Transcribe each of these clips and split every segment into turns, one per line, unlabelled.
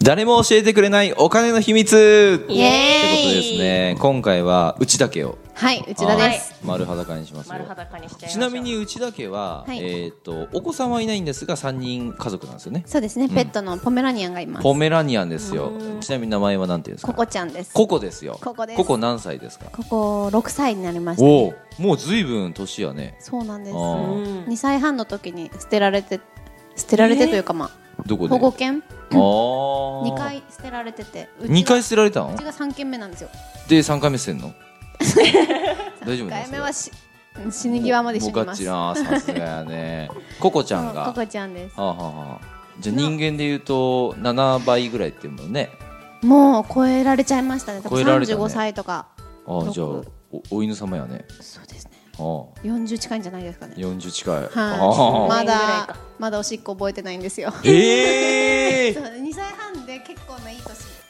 誰も教えてくれないお金の秘密
イエ
ってこと
ーイ
ですね今回は内田家を
はいうちだです
はい丸裸にしますよ
丸裸にしちゃいましょう
ちなみに内田家は、
はい
えっ、とお子さんはいないんですが三人家族なんですよね
そうですねペットのポメラニアンがいます
ポメラニアンですよちなみに名前はなんていうんですか
ココちゃんですこ
ココですよ
ココです
何歳ですか
こ6歳になりました
おおもうずいぶん年やね
そうなんです
あー
2歳半の時に捨てられて捨てられてというかま
どこ
あ
で
保護犬
あー
2回捨てられててうちが
二回捨てられたの
うちが3軒目なんですよ
で三回目捨てん の大丈夫な
1
ん
回
です
目はし死に際まで死に
もうガ
ま
チ
す
なさすがやね ココちゃんが
ココちゃんです
はあはあはあじゃあ人間で言うと7倍ぐらいっていうもんね
もう超えられちゃいましたね多分
超えられたね
35歳とか
ああ
六
じゃあおお犬様やね
そうですね
ああ
40近いんじゃないですかね
40近い、あ
はい、
あ
ま
ぐらい
だ
か
まだおしっこ覚えてないんですよ。
ええ
そう2歳半で結構ないい年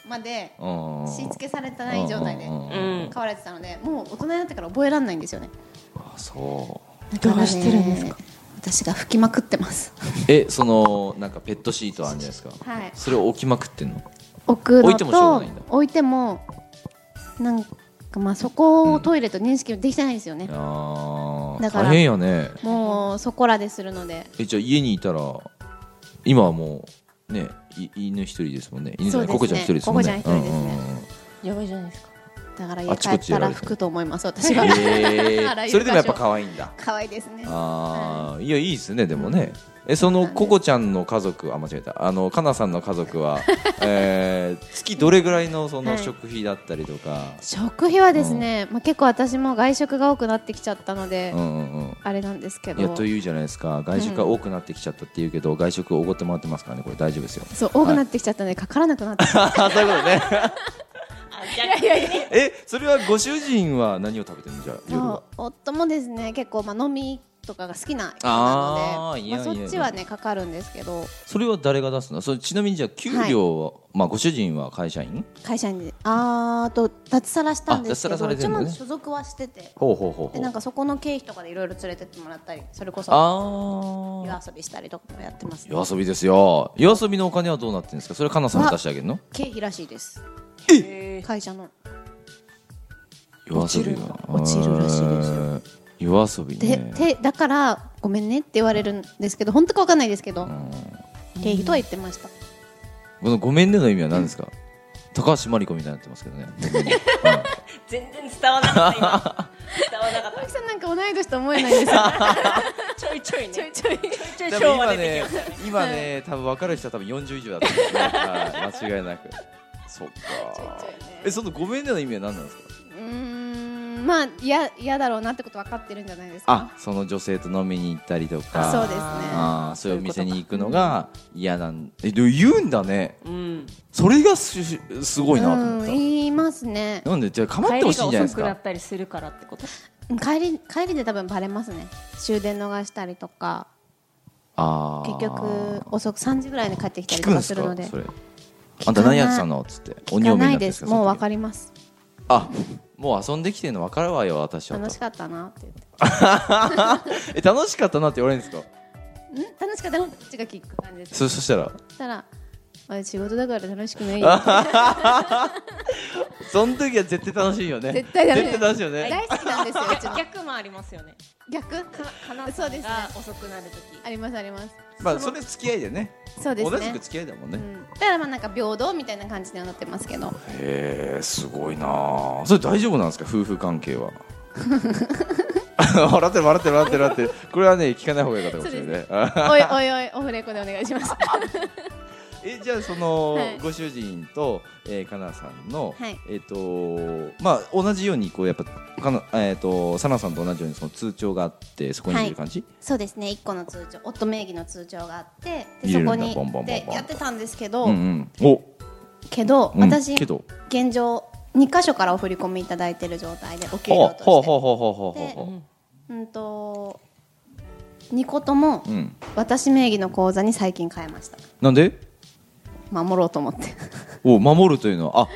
まで
うん
しつけされてない状態で
うんうんうん
うん
飼われてたのでもう大人になってから覚えられないんですよね。
あそう
どうしてるんですか私が拭きまくってます。
えそのなんかペットシートあるんじゃないですか、
はい
それを置きまくってんの
置く
置い
の
てもしょうが
と
ないんだ
置いてもなんかまあそこをトイレと認識できてないんですよね。
あー
だから
大変やね
もうそこらでするので
えじゃあ家にいたら今はもうねい犬一人ですもんね犬じゃない
そう
ココ
です
ちゃん一人で
ね
すもんね
ココちゃん
う
一人ですね
んうんうん
やばいじゃないですか
だから
あ
家
ち
帰
こ
っ
ちやら
たら
れてる
拭くと思 います私は。
え
洗い場
ー、
所
それでもやっぱ可愛いんだ
可愛いですね。
ああいやいいですねでもね、えそのココちゃんの家族あ間違えたあのかなさんの家族 は、えー、月どれぐらいのその
はい
食費だったりとか、
食費はですね、まあ、結構私も外食が多くなってきちゃったので、
うんうんうん
あれなんですけど
いやというじゃないですか外食が多くなってきちゃったっていうけど、外食おごってもらってますからねこれ大丈夫ですよ
そう多くなってきちゃったのでかからなくなって、
あーそういうことね
いやいやいや
えそれはご主人は何を食べてるのじゃあ夜
そ
は
う夫もですね結構まあ飲みとかが好きな人
あ
なの
ー
で
いや
まあ、
いや
そ
いや
っちはねかかるんですけど
それは誰が出すのそれちなみにじゃあ給料は、まあご主人は会社員
会社にあーと脱サラしたんですけ
あ脱サラさ
ど
れ
う
て
ち
んだね
も所属はしてて
ほうほうほう
でなんかそこの経費とかでいろいろ連れてってもらったりそれこそ
あ
夜
あ
遊びしたりとかもやってます、ね
夜、遊びですよ夜遊びのお金はどうなってるんですかそれかなさんが出してあげるの
経費らしいです
え
会社の
夜遊びが落ちるらしいですよ夜遊び
で、
ね
てだからごめんねって言われるんですけど本当かわかんないですけど経費とは言ってました
このごめんねの意味は何ですか高橋真理子みたいになってますけどねごめんねうん
全然伝わらなかった 今伝わらなかっ
青木さんなんか同い年と思えないですよ
たちょいちょいねちょい
ちょい
ちょい
多
昭
分
和
今
出て
ね
きましたね
今ね多分分かる人は多分40以上だと思うんですねはい間違いなく そっかえそのごめんねの意味は何なんですか
うーんまあ嫌嫌だろうなってこと分かってるんじゃないですか
あその女性と飲みに行ったりとか
あそうですね
あーそういうお店に行くのが嫌なんえでも言うんだね
うん
それがすすごいなと思
う
った
ん言いますね
なんでじゃあ構って
帰
ほ
り
しい
が
んじゃないで
遅
す
くな
か
ったりするからってこと
帰り帰りで多分バレますね終電逃したりとか
あー
結局遅く3時ぐらいに帰ってきた
聞
り
く
と
ん
か
ですす
る
か
ので
それあんた何やってたのっつって鬼
聞か
嫁
な
になって
い
ん
ですす
か
もう
その
分
時
かります
あもう遊んできてるの分かるわよ私はと
楽しかったなって言って
え楽しかったなって言われるんですか
ん楽しかったのこっちが聞く感じ です
そそしたら
そしたらあ仕事だから楽しくないよ
その時は絶対楽しいよね
絶対楽しい
楽しいよね
大好きなんですようちの
逆もありますよね
逆そうですね
が遅くなるとき
ありますあります
まあそれ付き合いでね
そうですね
同じく付き合いだもんね、
うんだからまあなんか平等みたいな感じにはなってますけど
へえすごいなあそれ大丈夫なんですか夫婦関係 は笑ってる笑ってる笑ってる笑ってるこれはね聞かない方がよかったかもしれないねあ
おいおいおいオフレコでお願いします
えじゃあその、
はい
ご主人と、えー、かなさんの、
はい
えっ、とまあ同じようにこうやっぱかなえっ、とさなさんと同じようにその通帳があってそこに入れる感じ、
そうですね一個の通帳夫名義の通帳があってで
入れ
そ
るんだ
こに
ボンボンボンボン
でやってたんですけど、
うんうんお
けど
うん
私、
けど
現状2箇所からお振り込みいただいてる状態でお給
ほ
料
う
として
ほうほうほうほうほうほうほ
うんと2個とも、
ううん
私名義の口座に最近変えました
なんで
守ろうと思って
を守るというのはあ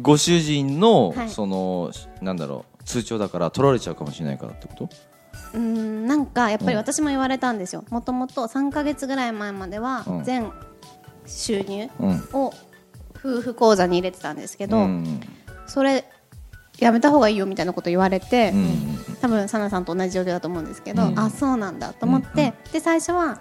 ご主人の、
はい
そのしなんだろう通帳だから取られちゃうかもしれないからってこと
うーんなんかやっぱり私も言われたんですよもともと3か月ぐらい前までは
うん
全収入
うん
を夫婦講座に入れてたんですけど、
うん
それやめた方がいいよみたいなこと言われて、
うん
多分サナさんと同じ状況だと思うんですけど、
うん
あそうなんだと思って、で最初は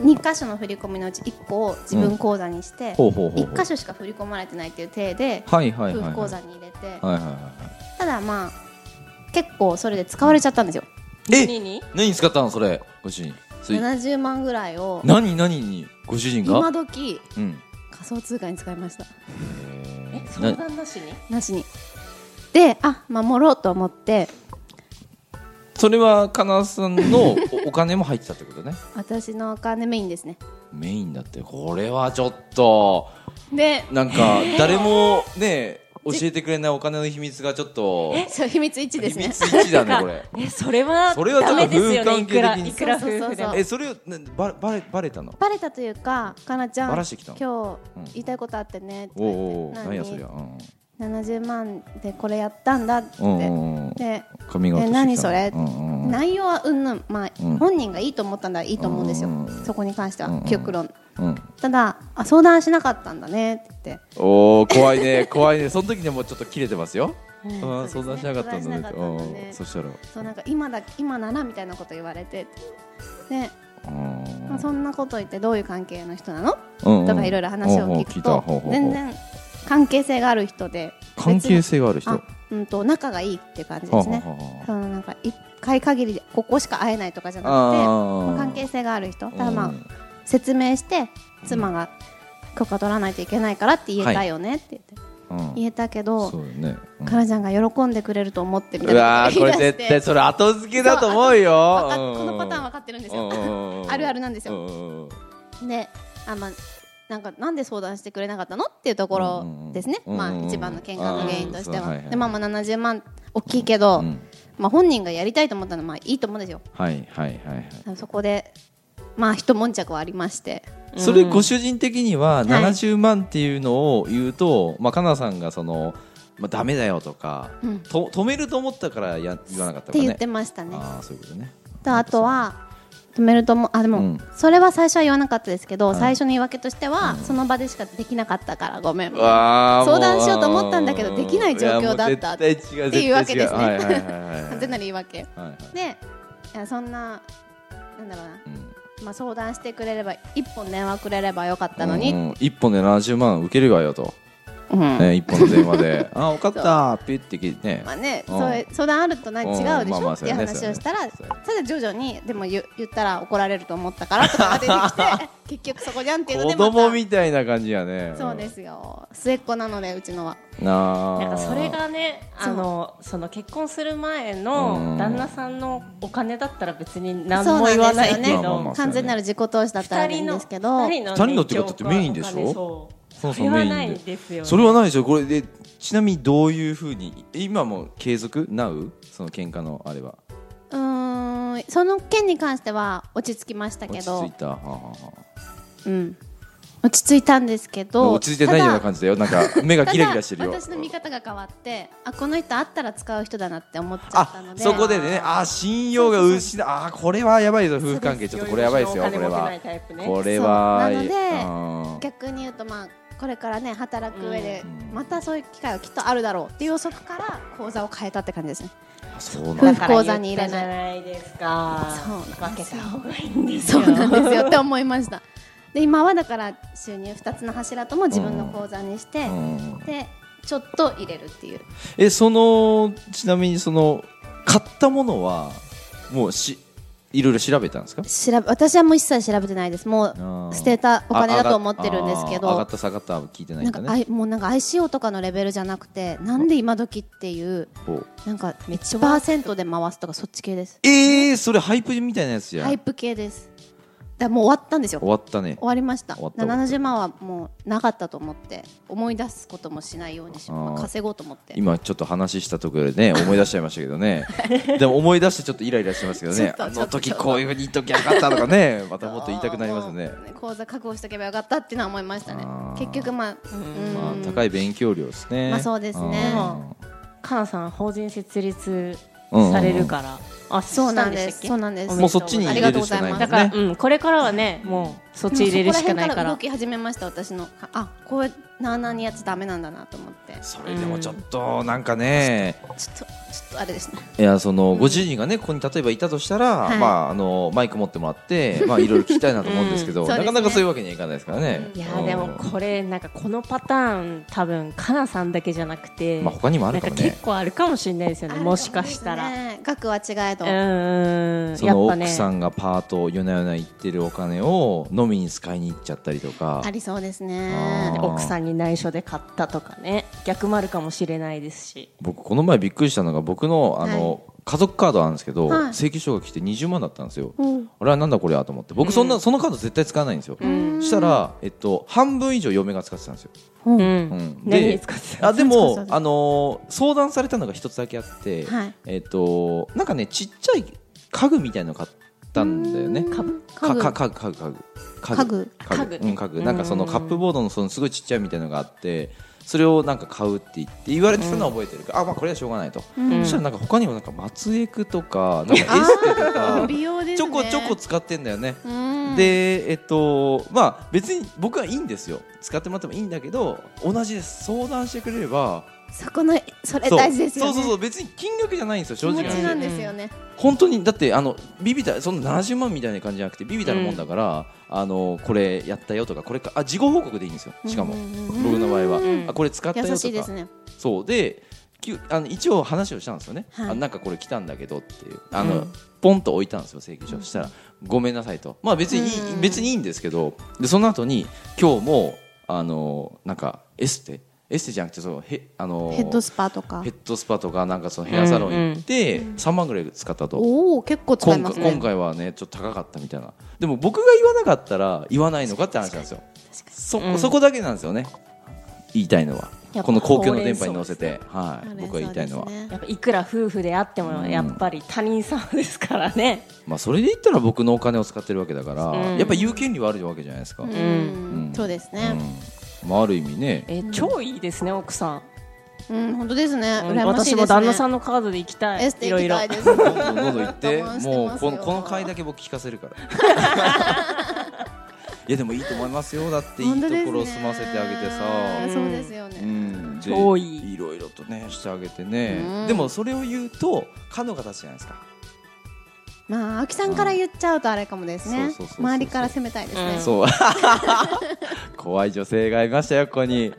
2箇所の振り込みのうち1個を自分口座にして、
ほうほうほうほう
1箇所しか振り込まれてないっていう体で
はいはいはい
夫
はい
婦口座に入れて、
はいはいは
ただまあ結構それで使われちゃったんですよ
いえ
何に
何に使ったのそれご主人それ
70万ぐらいを
何何にご主人
今
が
時
うん
仮想通貨に使いました
え
え相談なしに
なしにであ守ろうと思って
それはかなさんの おお金も入ってたってことね
私のお金メインですね
メインだってこれはちょっと
で
なんか誰もね教えてくれないお金の秘密がちょっと
そう秘密一で
秘
すね
密基地だねこれ
えそれは
それはちょっと
ダメですよねいく
夫婦関
ら
係的に
いくら夫婦で
そうそうそう
も
そう
えそれをねばバレバレたの
バレたというかかなちゃん
バラしてきたの
今
うん
日言いたいことあってねって
おおおなんやそりゃう
何
ん
70万でこれやったんだって、
うんうんうん
で
カミングアウトしてきたの
え何それ
うんうんうん
内容はうんぬん、まあ
うん
本人がいいと思ったんだいいと思うんですよ、
うんうんうん
そこに関しては、
うんうん
極論
うん
ただあ相談しなかったんだねって言って
おお怖いね怖いねその時にはもうちょっと切れてますよ
うん
うん
そ
相
うで
談
す
し
ね
なかったんだね
相談しなかった
うん
だ
ん
ね
そしたら
そうなんか今だ今ならみたいなこと言われてで、
うん
まあ、そんなこと言ってどういう関係の人なの
うんうん
とかいろいろ話を聞く
うんうん
と
聞いたほうほうほう
全然関係性がある人で
関係性がある人
あ、うん、と仲がいいっていう感じですね
はははは
そのなんか一回限りでここしか会えないとかじゃなくてまあ関係性がある人ただまあ説明して妻が許可取らないといけないからって言えたよねって言って、
あ、うん
言えたけど、
そうだね、うん
かなちゃんが喜んでくれると思ってみた
う
い
わ
な
ー
と
こ
を
れ
言い
絶対
出して
それ後付けだと思う
わ
よ
か
うん
このパターン分かってるんです
うん
よ。
うんうん
あるあるなんですよ
うんうんうん
であ、まあ、なんかなんで相談してくれなかったのっていうところですね、
うんうんうん
まあ、一番の喧嘩の原因としては。
うんうんうん
でまあ、まあ70万大きいけど、
うん
まあ、本人がやりたいと思ったのはまあいいと思うんですよ。
はいはいはいはい
そこでまあ一悶着はありまして
それご主人的にはい70万っていうのを言うと、まあ、かなさんがその、まあ、ダメだよとか、
うん
と止めると思ったからや言わなかっの
った
か
て
ね
言ってましたね。
ああそういうことね
とあとは止めるともあでも、
うん
それは最初は言わなかったですけど、
はい
最初の言い訳としては、その場でしかできなかったからごめん
うわーもう
相談しようと思ったんだけどできない状況だった
いやもう絶対違う
っていうわけですね
絶対違うはいはいはいはい
完全なる言い訳
はいはい
でいやそんななんだろうな、
うん
まあ、相談してくれれば一本電話くれればよかったのに、
うんうん一本で70万受けるわよと、
うん
ね、一本の電話 で「あ分かった」ピュッて聞いてね
まあね、
うん
そう相談あるとない違うで
う
し
んまあま
ょ
あ
っ
そ
て
う
いう
やね
話をし
そ
た
う
ら、
やねそうやね
ただ徐々にでも言言ったら怒られると思ったからとかが出 てきて結局そこじゃんっていうの
子
でまた
供みたいな感じやね
そうですよ末っ子なのでうちのは
うんなあ
なんかそれがね
そう
あのその結婚する前
う
の
ん
旦那さんのお金だったら別に
そ
何
う
も
なん
言わない
です
け
よ
まあまあま
ど
あ
完全なる自己投資だったらいいんですけど
二人の
二人のってかだってメインでしょ
ょ
そうそう
言わ
メイン
ないん
で
ですよね
それはないでしょこれでちなみにどういうふうに今も継続なうその喧嘩のあれは
うーんその件に関しては落ち着きました
落
け
ち
ど
着いたはあはあは
うん、落ち着いたんですけ
あ
ど
落ち着いてないような
ただ
感じだよなんか目がキラキラしてるよ
ただ私の見方が変わってあこの人あったら使う人だなって思っちゃった
あ
ので
そこでねあ信用が失うあこれはやばいぞ夫婦関係ちょっとこれやばいですよこ
そうです
れ
よお金持ってな
はい
タイプね
これは
そうなので
うん
逆に言うとまあこれからね働く上で、
うん
またそういう機会はきっとあるだろうっていう予測から口座を変えたって感じですね
そう
夫
なん
だ
婦
から
口座に入
言
れ
ったじゃ
ない
ないですか
そうなん
分
で
け
す
た
よ
方がいいんです
そ
よ
うなんですよって思いました で今はだから収入2つの柱とも自分の口座にして、
うん
でちょっと入れるっていう
えそのちなみにその買ったものはもうしいろいろ調べたんですか
調べ私はもう一切調べてないですも
あー
う捨てたお金だと思ってるんですけ
あ上が
ど
った下がったは聞いてない
なんん
だ
か
ね
あいもうなんか ICO とかのレベルじゃなくてなんで今時っていう
ほう
なんか1%で回すとかそっち系です
えー、それハイプみたいなやつじゃん、
ハイプ系ですだからもう終わったんですよ
終わったね
終わりました
終わった終わった
70万はもうなかったと思って思い出すこともしないようにし
あー
稼ごうと思って
今ちょっと話したところで ね思い出しちゃいましたけどねでも思い出してちょっとイライラしてますけどね
ちょ
あ
っと
の時こういうふうに言っときゃよかったとか ねまたもっと言いたくなりますよね
もう口座確保しておけばよかったっていうのは思いましたね
あー
結局まあうん
まあ、高い勉強量ですね
まあそうですね
ん
かなさん法人設立
うんうんうん
されるからあ
そうなん
した
で
した
す。
っけ
そうなんです。
もうそっちに
あ
入
り
れ
がとう
る
ご
し
ざ
かな
い
い
ます。
ん
だ
です
から、
ね。
うん、これからはね、もうそっち入れるしかないか
でもそこら辺から動
ら。
き始めました私のあこれなあなあにやつダメなんだなと思ってち
それでもちょっとなんかね、
ょっとちょっとあれですね
いやそのご主人がねここに例えばいたとしたら、
はい
まああのマイク持ってもら ってまあいろいろ聞きたいなと思うんですけど、
うんそう
な
ですね
かなかそういうわけにはいかないですからね。
いや
う
ー
ん
でもこれなんかこのパターン多分かなさんだけじゃなくて、
まあ他にもあるかも
なんか
ね
結。構あるかもしれないですよね もしかした
あ
ら、
るかもですね額は違
う
えど、
んうん
その
やっぱ
奥
ね
さんがパート夜な夜な行ってるお金を飲みに使いに行っちゃったりとか
ありそうです
あ
ね
ー
奥さんに内緒で買ったとかね逆もあるかもしれないですし
僕この前びっくりしたのが僕のあの、
はい
家族カードあるんですけど、
はい
請求書が来て20万だったんですよ。
うん
俺はなんだこれやと思って僕そんな、
うん
そのカード絶対使わないんですよ。
うん
したら、えっと、半分以上嫁が使ってたんですよ。
うん、
んで
何に使ってた
あで
そうそ
も
う、そう
あのー相談されたのが一つだけあって、
はい
えっ、となんかねちっちゃい家具みたいの買ったんだよね。
家具
か
家具
か家具家具家具家具
家
家具
具
うん家具なんかそのカップボードのそのすごいちっちゃいみたいのがあってそれをなんか買うって言って言われてたのは覚えてるから、あまあこれはしょうがないと、
うん
そしたらなんか他にもなんか松江区とかなんかエステと か
美容です
ち
ね
ょこちょこ使ってんだよね。
うん
でえっとまあ別に僕はいいんですよ使ってもらってもいいんだけど同じです相談してくれれば
そこのそれ大事ですよね
そうそうそう別に金額じゃないんですよ正
気
直
持
な
ち
話
なんですよね、
本当にだってあのビビたそんな70万みたいな感じじゃなくてビビたるもんだから、あのこれやったよとかこれかあ事後報告でいいんですよしかも、
うん
僕の場合は、
うん
あこれ使ったよとか
優しいですね
そうできゅあの一応話をしたんですよね、
はい
あなんかこれ来たんだけどっていうあの、
うん
ポンと置いたんですよ請求書したら、ごめんなさいとまあ別にいい、
うん
別にいいんですけどでその後に今日もあのなんかエステエステじゃなくてそのへあの
ヘッドスパとか
ヘッドスパとかなんかそのヘアサロン行って3万ぐらい使ったと、
おお結構使い
今
ま
回
すね
今回はねちょっと高かったみたいなでも僕が言わなかったら言わないのかって話なんですよそ,、
うん
そこだけなんですよね言いたいのは
やっぱ
この公共の電波に乗せて、はい、僕が言いたいのは、
そうですね
やっぱいくら夫婦であってもやっぱり他人様ですからね、
まあ、それで言ったら僕のお金を使ってるわけだから、
うん
やっぱ有権利はあるわけじゃないですか、
うん
ううん
そうですね、
んまあ、ある意味ね
え超いいですね奥さん、
うん、本当ですね、
うん
羨まし
私
いですね
も旦那さんのカードで行きたい
エステ
い
行
ろ
き
いろ
たいです、ね、
どんどんどんどん言 って
我慢してますよ
もうこのこの回だけ僕聞かせるから いやでもいいと思いますよだっていいところを済ませてあげてさ、
本当ですねそうですよね、
うん、で
超いい
いろいろとねしてあげてね、
うん
でもそれを言うと可の形じゃないですか
まあ秋さんから言っちゃうとあれかもです
そう
ね
そうそうそう
周りから攻めたいですね、
うん
そう怖い女性がいましたよここに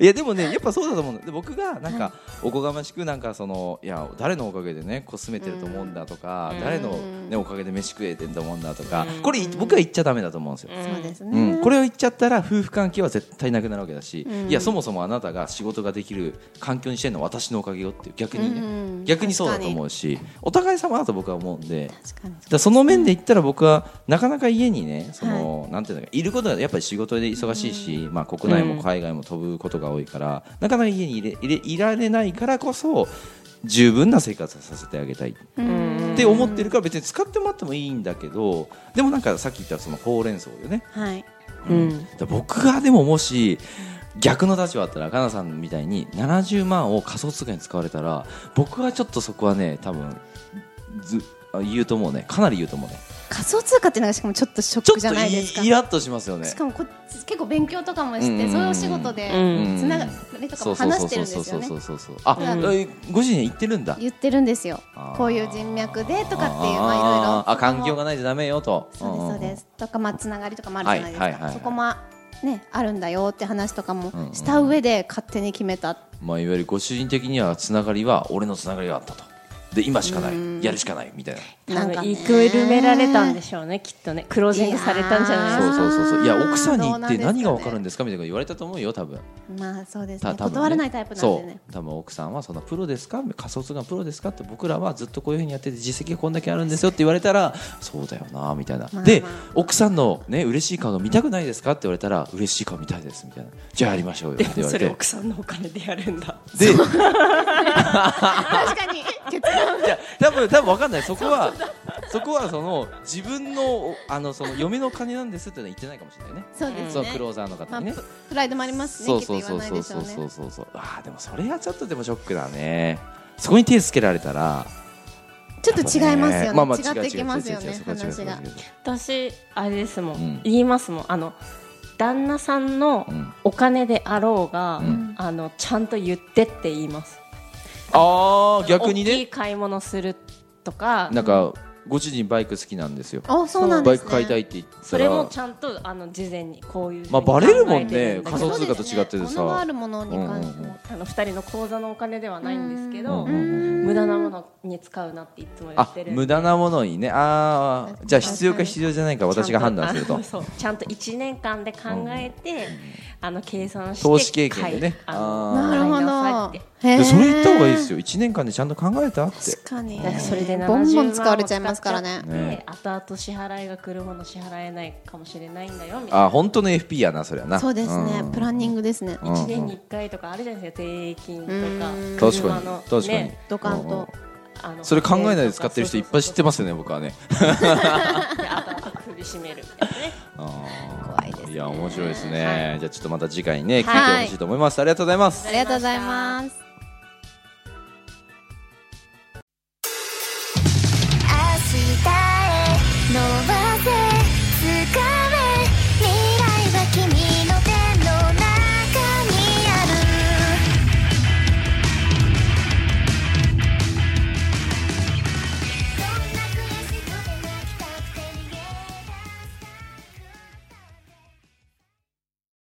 いやでもねやっぱそうだと思うんだで僕がなんかおこがましくなんかそのいや誰のおかげでねこう住めてると思うんだとか、
うん
誰の、ね、おかげで飯食えてると思うんだとか、
うん
これ僕は言っちゃダメだと思うんですよ、
うん
そうですね、
うん、これを言っちゃったら夫婦関係は絶対なくなるわけだし、
うん
いやそもそもあなたが仕事ができる環境にしてるのは私のおかげよっていう逆にね、
うん
逆にそうだと思うしお互い様だと僕は思うんで。
確かに
だからその面で言ったら僕はなかなか家にねその、なんていうのかいることがやっぱり仕事で忙しいし、まあ、国内も海外も飛ぶことが多いから、なかなか家にいれいれいられないからこそ十分な生活をさせてあげたい
うん
って思ってるから別に使ってもらってもいいんだけどでもなんかさっき言ったそのほうれん草よね
はい
うん
だから僕がでももし逆の立場だったらかなさんみたいに70万を仮想通貨に使われたら僕はちょっとそこはね多分ずあ言うと思うねかなり言うと思うね
仮想通貨ってなんかしかもちょっとショ
ち
ッ
ょっ
クじゃ
と
ない
い
ですか
イラッとしますよね
しかもこっち結構勉強とかもして、
うんうんうん
そういうお仕事で
うん
つながりとか
そう
も
そう
話
そ
し
う
て
そう
る
ん
です
そ
よ
う
ね
そうそうそうあ、
うん
えご主人言ってるんだ
言ってるんですよ
あー
こういう人脈でとかってい
あー
うまあいろいろ
あ環境がないとダメよと
そうですそうですとかまあつながりとかもあるじゃないですか、
はいはいはいはい
そこもねあるんだよって話とかも
うんうん
した上で勝手に決めた、
まあ、いわゆるご主人的にはつながりは俺のつながりがあったとで今しかない、
うん
やるしかないみたいな
な
多
んか
分
ね
いくるめられたんでしょうねきっとねクロージングされたんじゃない
あ
で
そう
すか
そうそうそういや奥さんに
どう
言
な
っ
ん
て
ですかね
何がわかるんですかみたいなこと言われたと思うよ多分
まあそうですね
た多分ね
断れないタイプなんでね
そう多分奥さんはそんなプロですか仮想通貨のプロですかって僕らはずっとこういうふうにやってて実績がこんだけあるんですよって言われたらそうだよなみたいな、
まあ
で
まあ
奥さんのね嬉しい顔が見たくないですかって言われたら嬉しい顔見たいですみたいなじゃあやりましょうよって
で
言
も
わ
そ
れ
れ
て
奥さんのお金でやるんだ
で
確かに結論
いや多分多分わかんないそこ はそこはその自分のあのその嫁の金なんですってのは言ってないかもしれないね。
そうです
その
ね
クローザーの方
まあ
にね。
ププライドもあります
そ
ね
う
きっと
そう
言わ
そう
ない
そ
で
う
し
そ
ょう
う
ね
そうそうそう。ああでもそれはちょっとでもショックだね。そこに手つけられたら
ちょっと違いますよね。
まあまあ
違ってきますよね。話が。
私あれですもん、
うん
言いますもんあの旦那さんの
うん
お金であろうが、
うん
あのちゃんと言ってって言います
ああ逆に
大きい
ね
買い物するとか
なんかご主人バイク好きなんですよ
あ、そうなん
バ
で
イ
す
ク買いたい
ね。
って言ったら
それもちゃんとあの事前にこういうふうに
まあバレるもんね
考えてるだけ
仮想通貨と違っててさ
物があるものに関しても。
あの2人の口座のお金ではないんですけど、
うん
うーん
無駄なものに使うなっていつも言
あ
ってるんで
無駄なものにねあーじゃあ必要か必要じゃないか私が判断する
ちゃん
と
あそうちゃんと1年間で考えて、あの計算して
投資経験でね
買いあ
あー
の
なる
買い
ほ
なさい
ど
って。
へ
で
ー
それ言った方がいいですよ1年間でちゃんと考えたって
確かに
だからそれで70
ボンボ
万
ン
も
使われちゃいますからね
使っちゃって後々支払いが来るもの支払えないかもしれないんだよみたいな
あ本当の FP やなそりゃな
そうですねプランニングですね
うん
1年に1回とかあるじゃないですか税金と
うん
か
確か
車
に
の
確かに
ね
ドカンと
あの
それ考えないで使ってる人いっぱい知って
ま
ますよね僕はね
すで後々首絞めるみたいなね
怖
怖いですね
いや面白いですねじゃあちょっとまた次回ね聞いて
はい
ほしいと思いますありがとうございます
ありがとうございます